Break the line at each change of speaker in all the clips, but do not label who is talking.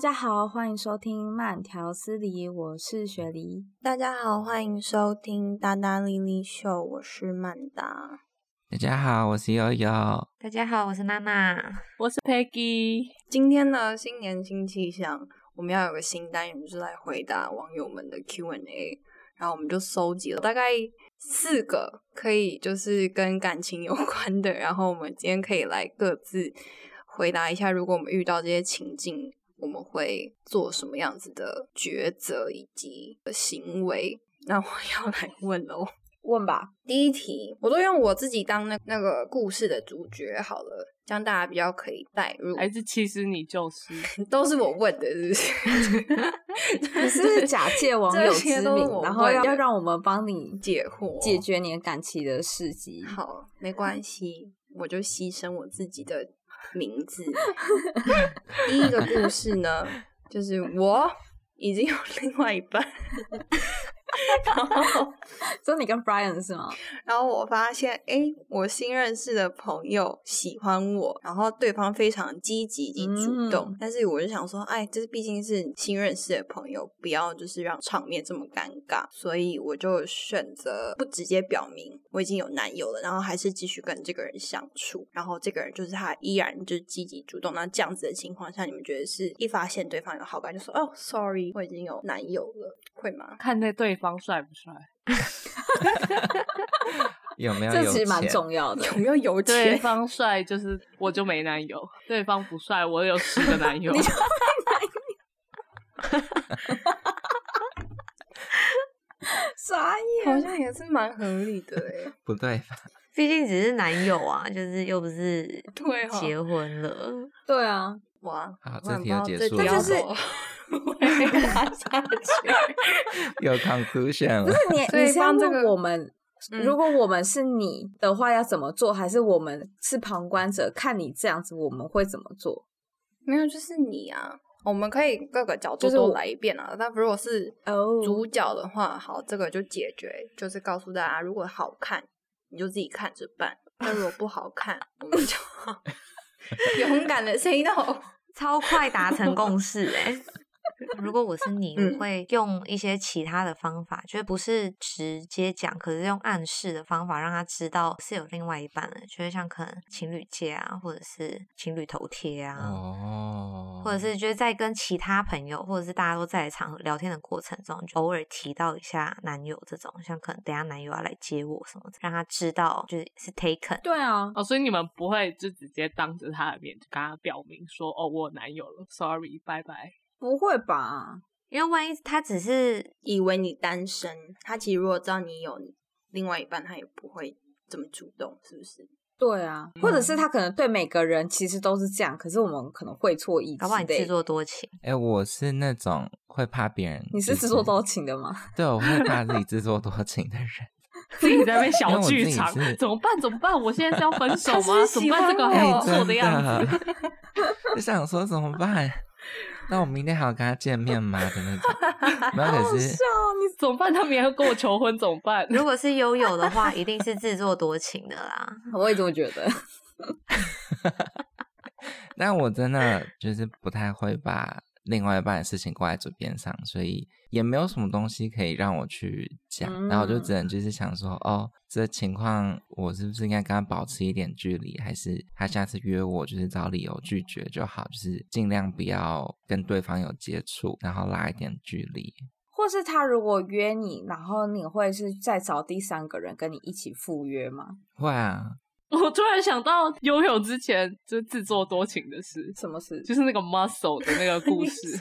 家好，欢迎收听慢条斯理，我是雪梨。
大家好，欢迎收听《大大丽丽秀》，我是曼达。
大家好，我是悠悠。
大家好，我是娜娜。
我是 Peggy。
今天呢，新年新气象，我们要有个新单元，就是来回答网友们的 Q&A。然后我们就搜集了大概四个可以就是跟感情有关的，然后我们今天可以来各自回答一下，如果我们遇到这些情境，我们会做什么样子的抉择以及行为。那我要来问喽。
问吧，
第一题，我都用我自己当那那个故事的主角好了，这样大家比较可以代入。
还是其实你就是，
都是我问的，是不 是？
你是不是 假借网友
这些
之
都是
名
我，
然后
问
要
的
要让我们帮你
解惑
解决你的感情的事迹？
好，没关系，我就牺牲我自己的名 字。第一个故事呢，就是我已经有另外一半，
就你跟 Brian 是吗？
然后我发现，诶，我新认识的朋友喜欢我，然后对方非常积极以及主动，
嗯
但是我就想说，哎，这毕竟是新认识的朋友，不要就是让场面这么尴尬，所以我就选择不直接表明我已经有男友了，然后还是继续跟这个人相处，然后这个人就是他依然就是积极主动，那这样子的情况下，你们觉得是一发现对方有好感就说，哦，sorry，我已经有男友了，会吗？
看那对方帅不 帅？
有没有
这其
有
实
钱？
蛮重要 的。
有没有有
对
钱？
方帅就是我就没男友，对方不帅我有十个 男友。
啥意？
好像也是蛮合理的欸诶。
不对吧？
毕竟只是男友啊，就是又不是
对哦
结婚了，
对啊，
哇，
好
我很
这题
不知道这
就结束了
题要
这就是
走 我也没法下去。
有 conclusion
不
了
是。你，
所以
你是要
帮这
问
个
我们。
嗯
如果我们是你的话，要怎么做？还是我们是旁观者，看你这样子，我们会怎么做？
没有，就是你啊。我们可以各个角
就
度
是
都
我
来一遍啊。但如果是
哦
主角的话，好，这个就解决，就是告诉大家，如果好看，你就自己看着办；那如果不好看，我们就 勇敢的 say no。
超快达成共识哎、如果我是你，
嗯
我会用一些其他的方法，就是不是直接讲，可是用暗示的方法让他知道是有另外一半的，就是像可能情侣戒啊，或者是情侣头贴啊，
哦，
或者是就是在跟其他朋友，或者是大家都在的场合聊天的过程中，就偶尔提到一下男友这种，像可能等一下男友要来接我什么的，让他知道就是是 taken。
对啊，
哦，所以你们不会就直接当着他的面就跟他表明说哦，我有男友了，sorry，拜拜。
不会吧？
因为万一他只是
以为你单身，他其实如果知道你有另外一半，他也不会这么主动，是不是？
对啊，或者是他可能对每个人其实都是这样，可是我们可能会错意之
搞不好你
类
自
的。
作多情，
哎、我是那种会怕别人，
你是自作多，情的吗？
对，我会怕自己自作多情的人。
自己在那边小剧场
因为我自己是，
怎么办？怎么办？我现在是要分手
他
吗？
是
怎
喜
么
欢
办？这个
哎
很不错
真
哦的样子。
的， 就想说怎么办？那我明天还要跟他见面吗？的那种，没有，可是
怎么办？他明天要跟我求婚怎么办？
如果是悠悠的话，一定是自作多情的啦。
我也这么觉得。
但我真的就是不太会把另外一半的事情挂在嘴边上，所以也没有什么东西可以让我去讲，
嗯
然后我就只能就是想说，哦，这情况我是不是应该跟他保持一点距离，还是他下次约我就是找理由拒绝就好，就是尽量不要跟对方有接触，然后拉一点距离。
或是他如果约你，然后你会是再找第三个人跟你一起赴约吗？
会啊，
我突然想到悠悠之前就是自作多情的事，
什么 事？
就是那个 muscle 的那个故事，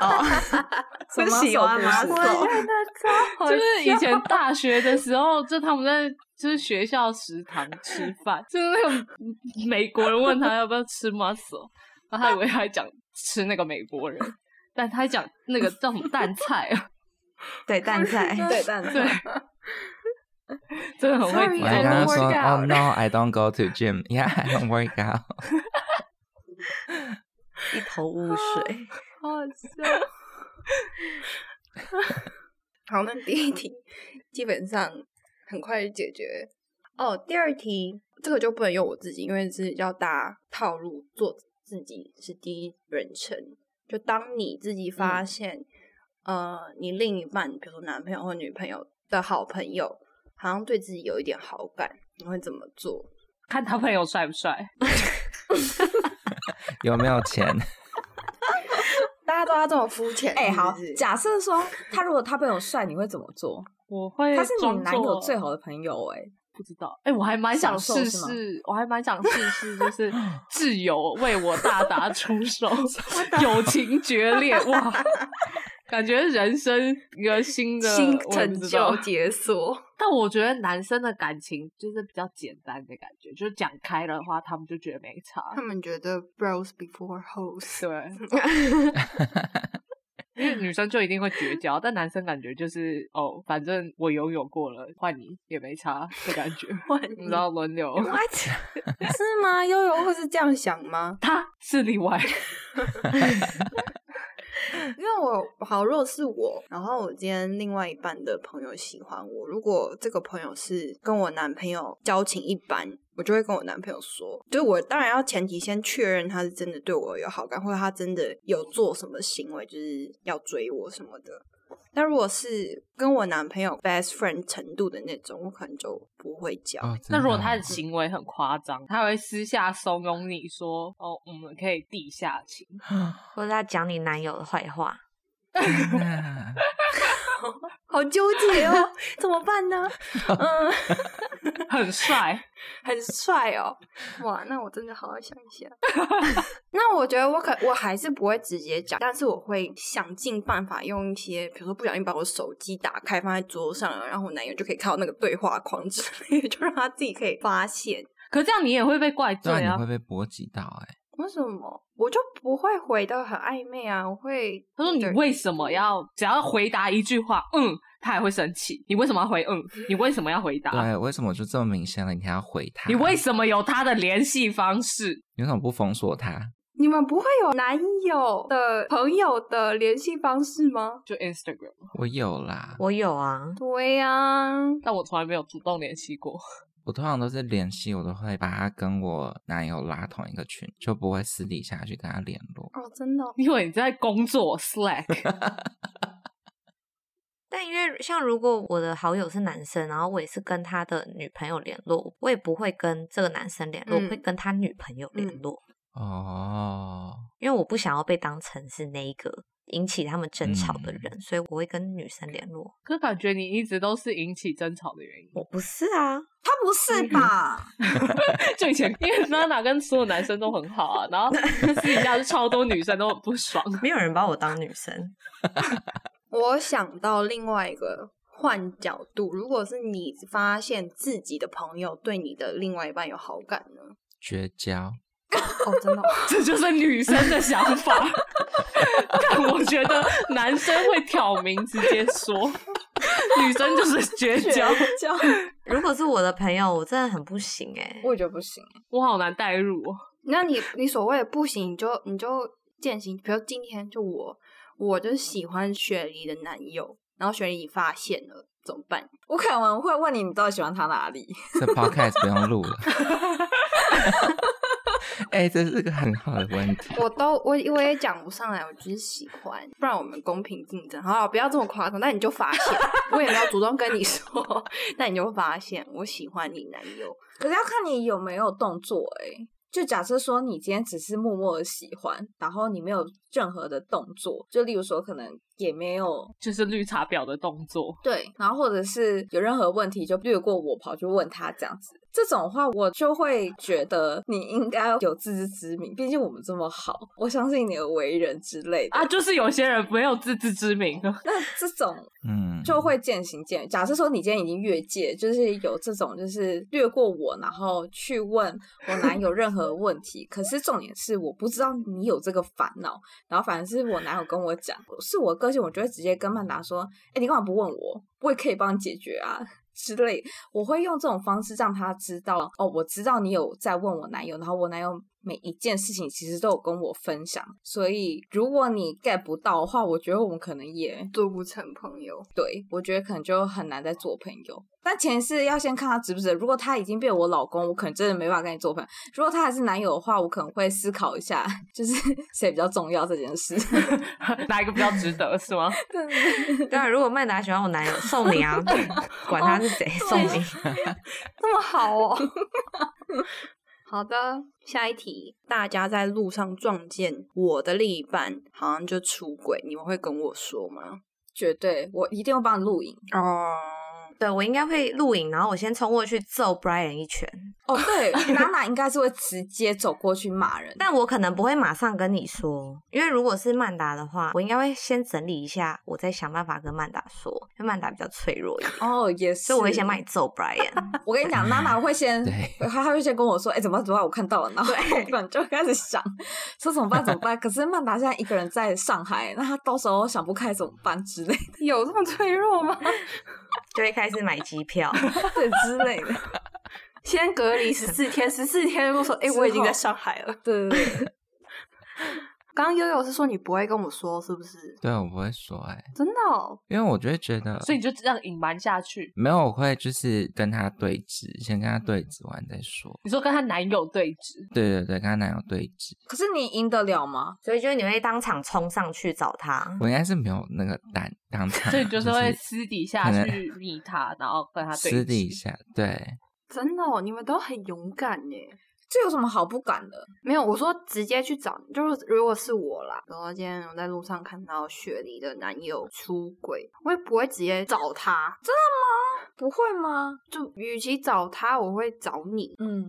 哦，
什么
喜欢吗
手
我
不
觉
是哦
得
超
就是以前大学的时候，就他们在就是学校食堂吃饭，就是那个美国人问他要不要吃 muscle，然后他以为他讲吃那个美国人，但他讲那个叫什么淡菜啊，
对蛋 仔，
对，但
对，真的很会
Sorry，
我
哎
还跟他
讲。
don't work
说，Oh
out
no, I don't go to gym. Yeah, I don't work out.
一头雾水。
好好笑。好，那第一题基本上很快就解决。哦，第二题这个就不能用我自己，因为是要大家套路做自己是第一人称。就当你自己发现，呃，你另一半，比如说男朋友或女朋友的好朋友，好像对自己有一点好感，你会怎么做？
看他朋友帅不帅。
有没有钱？
大家都要 这么肤浅？
哎、
是不
好
是，
假设说他如果他朋友帅，你会怎么做？
我会
他是你
装作
男友最好的朋友、哎，
不知道，哎、我还蛮想
享受
试
是吗
试，我还蛮想试试，就是 挚友为我大打出 手，友情决裂，哇，感觉人生一个新的
新
我也不
成
知道
就解 锁，
但我觉得男生的感情就是比较简单的感觉，就是讲开了的话，他们就觉得没差。
他们觉得 bros before hoes，
对， 因为女生就一定会绝交，但男生感觉就是哦，反正我拥有过了，换你也没差的感觉，
换
你知道轮流。
What？是吗？悠悠会是这样想吗？
他 是例外，
因为我好，如果是我，然后我今天另外一半的朋友喜欢我，如果这个朋友是跟我男朋友交情一般，我就会跟我男朋友说，就是我当然要前提先确认他是真的对我有好感，或者他真的有做什么行为，就是要追我什么的。但如果是跟我男朋友 best friend 程度的那种，我可能就不会交。
哦，
那
真
如果
的
他
哦
的行为很夸张，他会私下怂恿你说：“哦，我们可以地下情。
或者他讲你男友的坏话，
天哪
好纠结哦，怎么 办呢？嗯，”
很帅，
很帅哦，哇！那我真的好好想一下。 那我觉得我可我还是不会直接讲，但是我会想尽办法用一些，比如说不小心把我手机打开放在桌上啊，然后我男友就可以看到那个对话框之类的， 就让他自己可以发现。
可这样你也会被怪罪
对啊，
啊
你会。被波及到哎、
为什么我就不会回到很暧昧啊？我会
他说：“你为什么要只要回答一句话，嗯，他还会生气？你为什么要回嗯？你为什么要回答？
对，啊为什么就这么明显了，你还要回他？
你为什么有他的联系方式？
你为什么不封锁他？
你们不会有男友的朋友的联系方式吗？
就 Instagram，
我有啦，我
我有啊，
对呀、啊，
但我从来没有主动联系过。
通常都是联系，我都会把他跟我男友拉同一个群，就不会私底下去跟他联络。
哦，真的哦、
因为你在工 作 Slack，
但因为像如果我的好友是男生，然后我也是跟他的女朋友联络，我也不会跟这个男生联络，我会
嗯
跟他女朋友联
嗯
络，
哦，
因为我不想要被当成是那一个引起他们争吵的
嗯
人，所以我会跟女生联络。
可感觉你一直都是引起争吵的原因。
我不是啊，
他不是吧？
就以前，因为娜娜跟所有男生都很好啊，然后私底下是超多女生都很不爽。
没有人把我当女生。
我想到另外一个换角度，如果是你发现自己的朋友对你的另外一半有好感呢？
绝交，
哦，真的哦、
这就是女生的想法。 但我觉得男生会挑明直接说，女生就是绝
绝
交。
交，
如果是我的朋友，我真的很不行哎、
我也觉得不行。
我好难代入、哦，
那你你所谓的不行，你就你就践行，比如今天就我，我就是喜欢雪梨的男友，然后雪梨发现了怎么办？
我可能会问你，你到底喜欢他哪里？
这 podcast 不用录了。 哎、这是个很好的问题。
我都我我也讲不上来，我就是喜欢，不然我们公平竞争，好不要这么夸张。那你就发现， 我也没有主动跟你说， 那你就发现我喜欢你男友。
可是要看你有没有动作、哎，就假设说你今天只是默默的喜欢，然后你没有任何的动作，就例如说可能也没有
就是绿茶婊的动作。
对，然后或者是有任何问题就略过我跑去问他这样子，这种话我就会觉得你应该有自知之明，毕竟我们这么好，我相信你的为人之类的
啊，。就是有些人没有自知之明，
那这种
嗯，
就会渐行渐远。假设说你今天已经越界，就是有这种就是略过我，然后去问我男友任何问题。可是重点是我不知道你有这个烦恼，然后反正是我男友跟我讲，是我个性，我就会直接跟曼达说：“哎、你干嘛不问我？我也可以帮你解决啊。” 之类，我会用这种方式让他知道哦，我知道你有在问我男友，然后我男友每一件事情其实都有跟我分享，所以如果你 get 不到的话，我觉得我们可能也
做不成朋友。
对，我觉得可能就很难再做朋友。但前提是要先看他值不值得。如果他已经变我老公，我可能真的没办法跟你做朋友；如果他还是男友的话，我可能会思考一下，就是 谁比较重要这件事。
哪一个比较值得是吗？
对啊，如果曼达喜欢我男友，送你啊，管他是谁，送你。
这么好哦。 好的，下一题，大家在路上撞见我的另一半好像就出轨，你们会跟我说吗？
绝对，我一定会帮你录影。
哦，
对我应该会录影，然后我先冲过去揍 Brian 一拳，
哦，对，娜娜应该是会直接走过去骂人。
但我可能不会马上跟你说，因为如果是曼达的话，我应该会先整理一下，我再想办法跟曼达说，因为曼达比较脆弱一点，
哦，也是，
所以我会先帮你揍 Brian。
我跟你讲，娜娜会先，
对
她她会先跟我说，哎、怎么办怎么办？我看到了，然后我可能就开始想，说怎么办怎么办？可是曼达现在一个人在上海，那她到时候想不开怎么办之类的，
有这么脆弱吗？
就会开始买机票，
对之类的，
先隔离十四天，十四天又说，哎、
之后
我已经在上海了。
对对对，
刚刚悠悠是说你不会跟我说，是不是？
对我不会说哎、
真的、哦？
因为我就会觉得
所以你就这样隐瞒下去。
没有，我会就是跟他对峙，先跟他对峙完再说。
你说跟她男友对峙，
对对对，跟他男友对峙，
可是你赢得了吗？
所以就是你会当场冲上去找他。
我应该是没有那个胆 当场，
所以你 嗯就是会
是
私底下
可能
去密他，然后跟他对峙。
私底下对。
真的、哦？你们都很勇敢耶。
这有什么好不敢的？
没有，我说直接去找，就是如果是我啦，然后今天我在路上看到雪梨的男友出轨，我也不会直接找他，
不会吗？
就与其找他，我会找你。
嗯，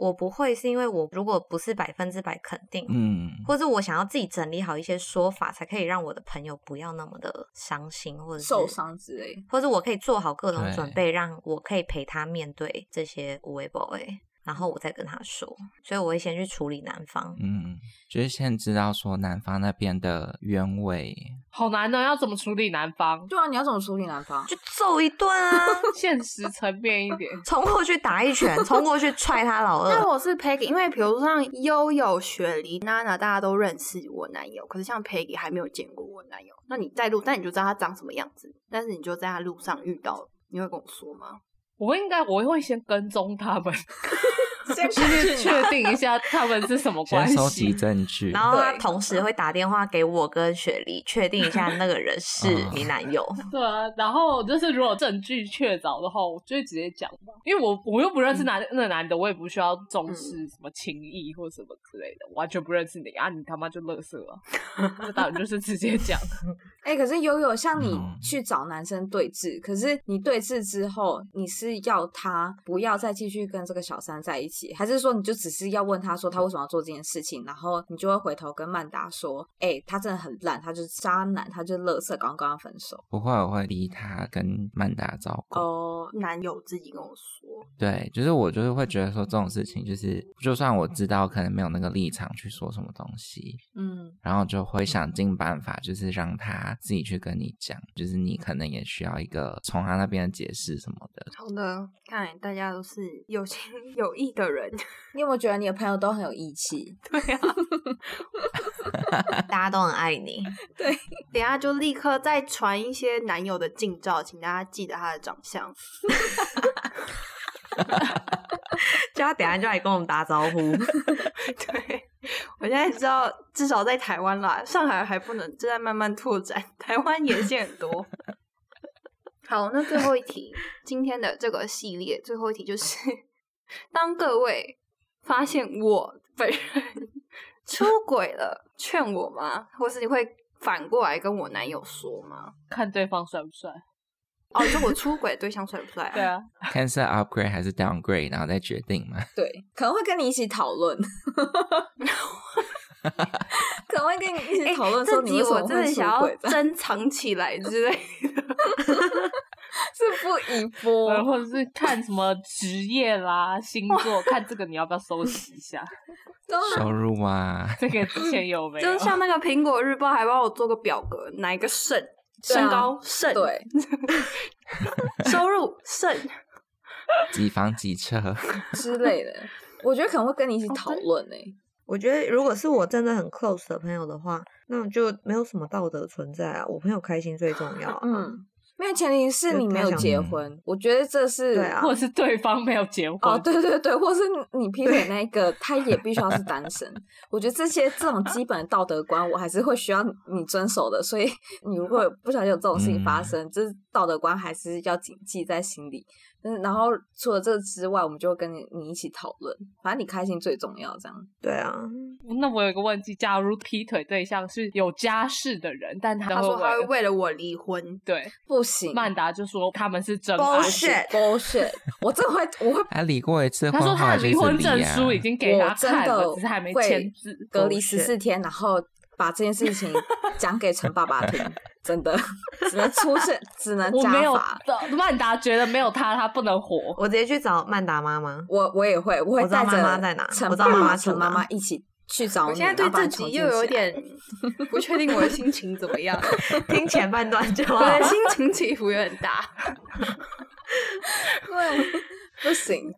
我不会是因为我如果不是百分之百肯定，
嗯，
或是我想要自己整理好一些说法，才可以让我的朋友不要那么的伤心或者是
受，伤之类的。
或者我可以做好各种准
对
备，让我可以陪他面对这些无谓 boy，然后我再跟他说。所以我会先去处理男方。
嗯，就是先知道说男方那边的原委，
好难呢，要怎么处理男 方？
对啊，你要怎么处理男方？
就揍一顿啊，
现实层面一点，
冲过去打一拳，冲过去踹他老
但
二。
我是 Peggy，因为比如说像悠悠、雪梨、娜娜，大家都认识我男友，可是像 Peggy 还没有见过我男友。那你在路，但你就知道他长什么样子，但是你就在他路上遇到了，你会跟我说吗？
我应该我会先跟踪他们，
先
就是确定一下他们是什么
先
关
收
系
集。证据，
然后他
对
同时会打电话给我跟雪梨，确定一下那个人是
嗯
你男 友。
对啊，然后就是如果证据确凿的话，我就会直接讲吧，因为我我又不认识男、那个男的，我也不需要重视什么情谊或什么之类的，完全不认识你啊，你他妈就乐色啊，那当然就是直接讲，
哎、可是悠悠，像你
嗯
去找男生对峙，可是你对峙之后，你是要他不要再继续跟这个小三在一起，还是说你就只是要问他说他为什么要做这件事情，然后你就会回头跟曼达说，哎、他真的很烂，他就是渣男，他就是垃圾，赶快跟他分手。
不会我会逼他跟曼达照顾。
哦，
男友自己跟我说，
对，就是我就是会觉得说这种事情，就是就算我知道可能没有那个立场去说什么东西，
嗯，
然后就会想尽办法，就是让他自己去跟你讲，就是你可能也需要一个从他那边的解释什么 的。
好的，看来大家都是有情 有义的 人。
你有没有觉得你的朋友都很有义气？
大家都很爱你。
等一下就立刻再传一些男友的近照，请大家记得他的长相。
就他等一下就来跟我们打招呼。
对， 我现在知道，至少在台湾啦，上海还不能，正在慢慢拓展，台湾沿线很多。 好，那最后一题，今天的这个系列最后一题就是， 当各位发现我本人 出轨了，劝我吗？或是你会反过来跟我男友说吗？
看对方帅不帅。
哦，就我出轨对象帅不帅、
对，啊，
看是 upgrade 还是 downgrade，然后再决定嘛。
对，可能会跟你一起讨论，可能会跟你一
哎、
起讨论说
这
你
集
为什
我
么
真的
会出
想要
轨的，
珍藏起来之类的。
是不一波。
呃或者是看什么职业啦、星座，看这个你要不要收集一下？
当然
嗯
收入啊，
这个之前有没有
就？是像那个苹果日报还帮我做个表格，哪一个肾、
对啊
身高肾、
对，
收入 肾，
几房几车，
之类的，我觉得可能会跟你一起讨论诶。欸
我觉得如果是我真的很 close 的朋友的话，那就没有什么道德存在啊。我朋友开心最重要、啊。
嗯，没有前提是
就
你
他
没有
想
结
嗯
婚，我觉得这是
对啊
或者是对方没有结婚，
哦，对对对，或是你劈腿那一个，他也必须要是单身。我觉得这些这种基本的道德观，我还是会需要你遵守的。所以你如果不小心有这种事情发
嗯
生，这道德观还是要谨记在心里。嗯，然后除了这之外，我们就会跟你你一起讨论，反正你开心最重要。这样，
对啊，
那我有一个问题，假如劈腿对象是有家室的人，但他
他
会
说他会
为
为了我离婚，
对
不行
曼达就说他们是真爱，
bullshit，
，bullshit！我真的会，我会
他离过一次
他
婚
说
后
他
来
的
就
离
一直
婚
离
证
啊
书已经给
我
他
真
看了，
的
只是还没
会
签字。
隔离十
bullshit
四天，然后把这件事 情讲给陈爸爸听，真的只能出现，只能
我
加
没有
罚。，
曼达觉得没有他，他不能活。
我直接去找曼达妈 妈。
我我也会，我会
我知道
带着
妈妈在哪
陈
我知道妈妈
爸爸
住
陈妈
哪
妈一起去找你。
我现在对
然后把
这
你
集
重建
又有
起来，
点不确定我的心情怎么样，
听前半段就
我
好。
的心情起伏有点 大。
对， 不行，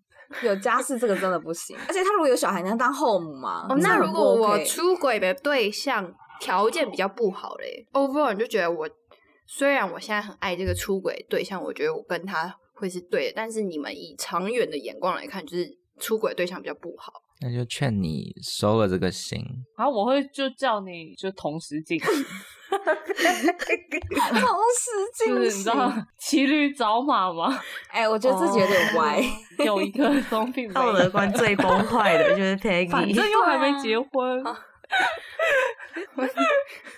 有家室这个真的不行。而且他如果有小孩，你要当后母吗？
哦，
这
那
很
如
不
果我
OK
出轨的对象条件比较不好嘞，overall 你就觉得我虽然我现在很爱这个出轨对象，我觉得我跟他会是对的，但是你们以长远的眼光来看，就是出轨对象比较不好。
那就劝你收了这个心。
然后我会就叫你就同时进行，
同时 进
就是你知
行，
道骑驴找马吗？
哎、我觉得自己有
哦
点歪。
有一 个东病没
道德
有，
观最崩坏的就是
反正
Peggy，
又还
啊
没结婚，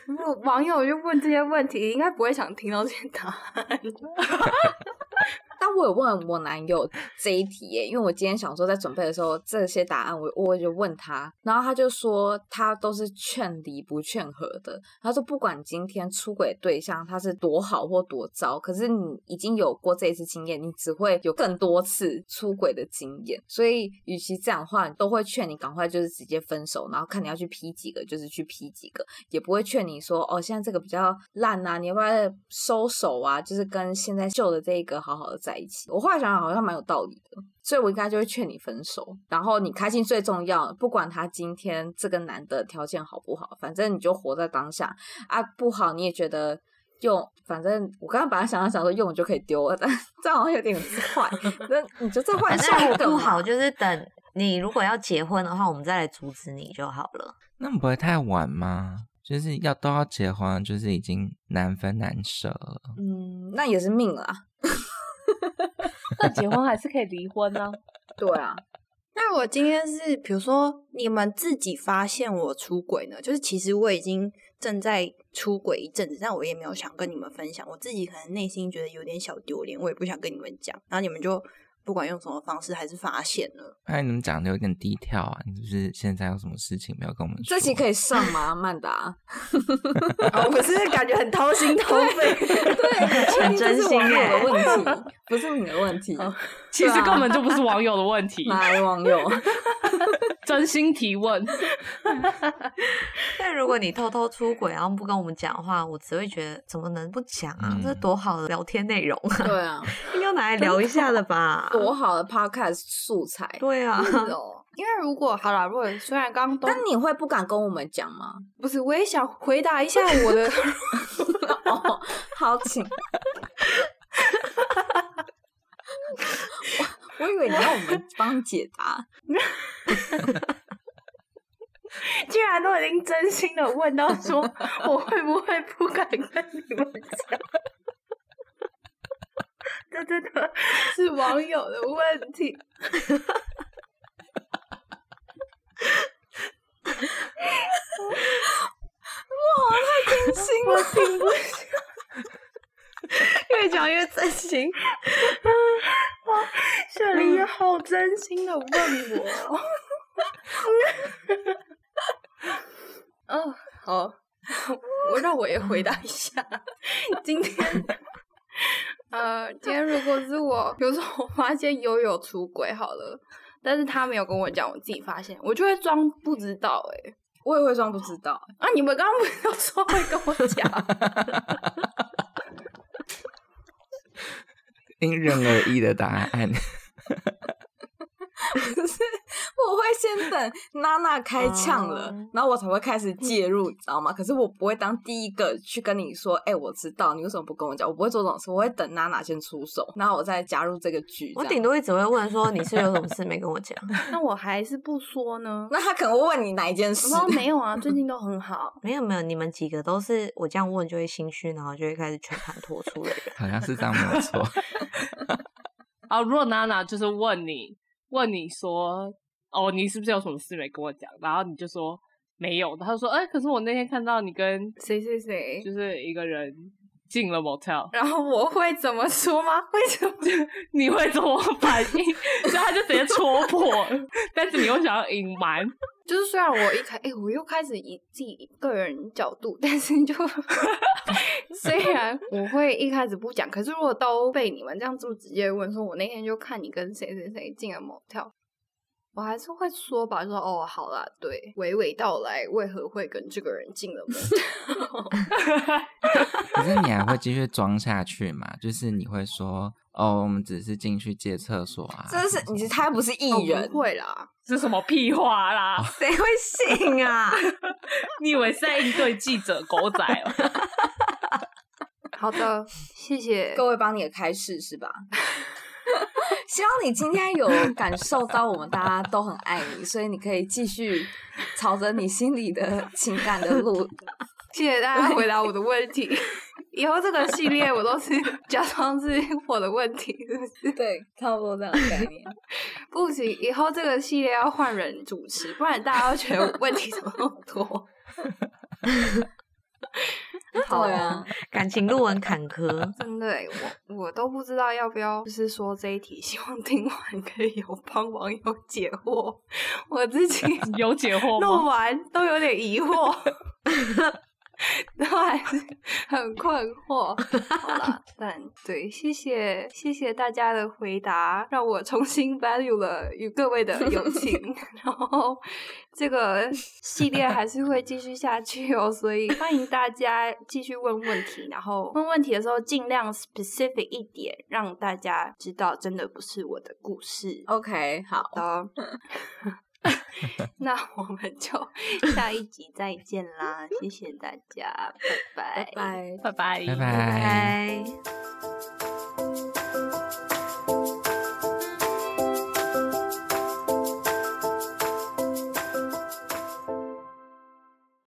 如果网友就问这些问题，应该不会想听到这些答案。
但我有问我男友这一题耶，因为我今天想说在准备的时候，这些答案我我就问他，然后他就说他都是劝离不劝和的。他说不管今天出轨对象他是多好或多糟，可是你已经有过这一次经验，你只会有更多次出轨的经验。所以与其这样的话，都会劝你赶快就是直接分手，然后看你要去劈几个就是去劈几个，也不会劝你说哦，现在这个比较烂啊，你要不要收手啊？就是跟现在旧的这一个好好的在一起。我后来想想，好像蛮有道理的，所以我应该就会劝你分手，然后你开心最重要，不管他今天这个男的条件好不好，反正你就活在当下啊，不好你也觉得。用，反正我刚刚本来想要想说用就可以丢了，但 这样好像有点坏。那你就再换
反
下
正
一
我
个
不
嘛
好，就是等你如果要结婚的话，我们再来阻止你就好了。
那不会太晚吗？就是要都要结婚，就是已经难分难舍了。
嗯，那也是命啦。
但结婚还是可以离婚呢。
对啊，
那我今天是，比如说你们自己发现我出轨呢，就是其实我已经正在出轨一阵子，但我也没有想跟你们分享，我自己可能内心觉得有点小丢脸，我也不想跟你们讲，然后你们就不管用什么方式还是发现了，
哎，你们讲的有点低调啊，你是不是现在有什么事情没有跟我们说？
这期可
以，
以上吗，曼达？
哦、我是感觉很掏心 掏 肺，
对，
很
这
真
是
心
网友
欸
的问题， 不是你的问题。
哦
其实根本就不是网友的问 题，
哪来网友？
真心提问。
但如果你偷偷出轨，然后不跟我们讲的话，我只会觉得怎么能不讲啊？
嗯
这多好的聊天内 容啊，
对啊，
应该拿来聊一下的吧？
多好的 podcast 素材。
对 啊，
哦，因为如果好啦，如果虽然刚刚 都
但你会不敢跟我们讲吗？
不是，我也想回答一下我 的。
哦，好，请。 我我以为你要我们帮你解 答，
居然都已经真心的问到说，我会不会不敢跟你们讲？这真的是网友的问题。
真心了。
越讲越真心。
雪梨也好真心的问 我。嗯、好，我让我也回答一下。今天，呃，今天如果是我，比如说我发现悠悠出轨好了，但是他没有跟我讲，我自己发现，我就会装不知道、欸。哎，
我也会装不知道，
啊，你们刚刚不是都说会跟我讲？
因人而异的答案。
可是我会先 等娜娜开呛了
哦，
然后我才会开始介入，你知道吗？可是我不会当第一个去跟你说，哎、我知道，你为什么不跟我讲？我不会做这种事，我会等娜娜先出手，然后我再加入这个局。
我
这样
顶多也只会问说你是有什么事没跟我讲，
那我还是不说呢。
那他可能会问你哪一件
我
事，
说没有啊，最近都很好。
没有没有，你们几个都是我这样问就会心虚，然后就会开始全盘托出的人。
好像是这样没有错。
啊，如果娜娜就是问你，问你说，哦，你是不是有什么事没跟我讲？然后你就说没有，他就说，哎、可是我那天看到你跟
谁谁谁？
就是一个人进了 motel，
然后我会怎么说吗？为什么？
你会怎么反应？ 所以他就直接戳破，但是你又想要隐瞒，
就是虽然我一开，哎、我又开始以自己一个人角度，但是就 虽然我会一开始不讲，可是如果都被你们这样这么直接问，说我那天就看你跟谁谁谁进了某跳，我还是会说吧，就说哦，好啦，对，娓娓道来，为何会跟这个人进了某 跳？
可是你还会继续装下去嘛？就是你会说哦，我们只是进去借厕所啊。
真是 你是他不是
哦
艺人，
不会啦，
这是什么屁话啦？
谁会信啊？
你以为是在应对记者狗仔哦？
好的，谢 谢
各位帮你的开示是吧？ 希望你今天有感受到我们大家都很爱你，所以你可以继续朝着你心里的情感的路。
谢谢大家回答我的问题。 以后这个系列我都是 假装是我的问题，是不是？
对，差不多这样的概念。
不行，以后这个系列要换人主持，不然大家都觉得问题怎么那么多。 好
对啊，
感情路很坎坷，
真的耶，我我都不知道要不要，就是说这一题，希望听完可以有帮网友解惑。我自己
有解惑
弄
吗？
完都有点疑惑，然后还是很困惑。好啦，但对，谢谢谢谢大家的回答，让我重新 value 了与各位的友情。然后这个系列还是会继续下去哦，所以欢迎大家继续问问题，然后问问题的时候尽量 specific 一点，让大家知道真的不是我的故事。
OK，好，
的。那我们就 下一集再见啦，谢谢大家，拜拜
拜。
拜拜
拜
拜
拜。
拜。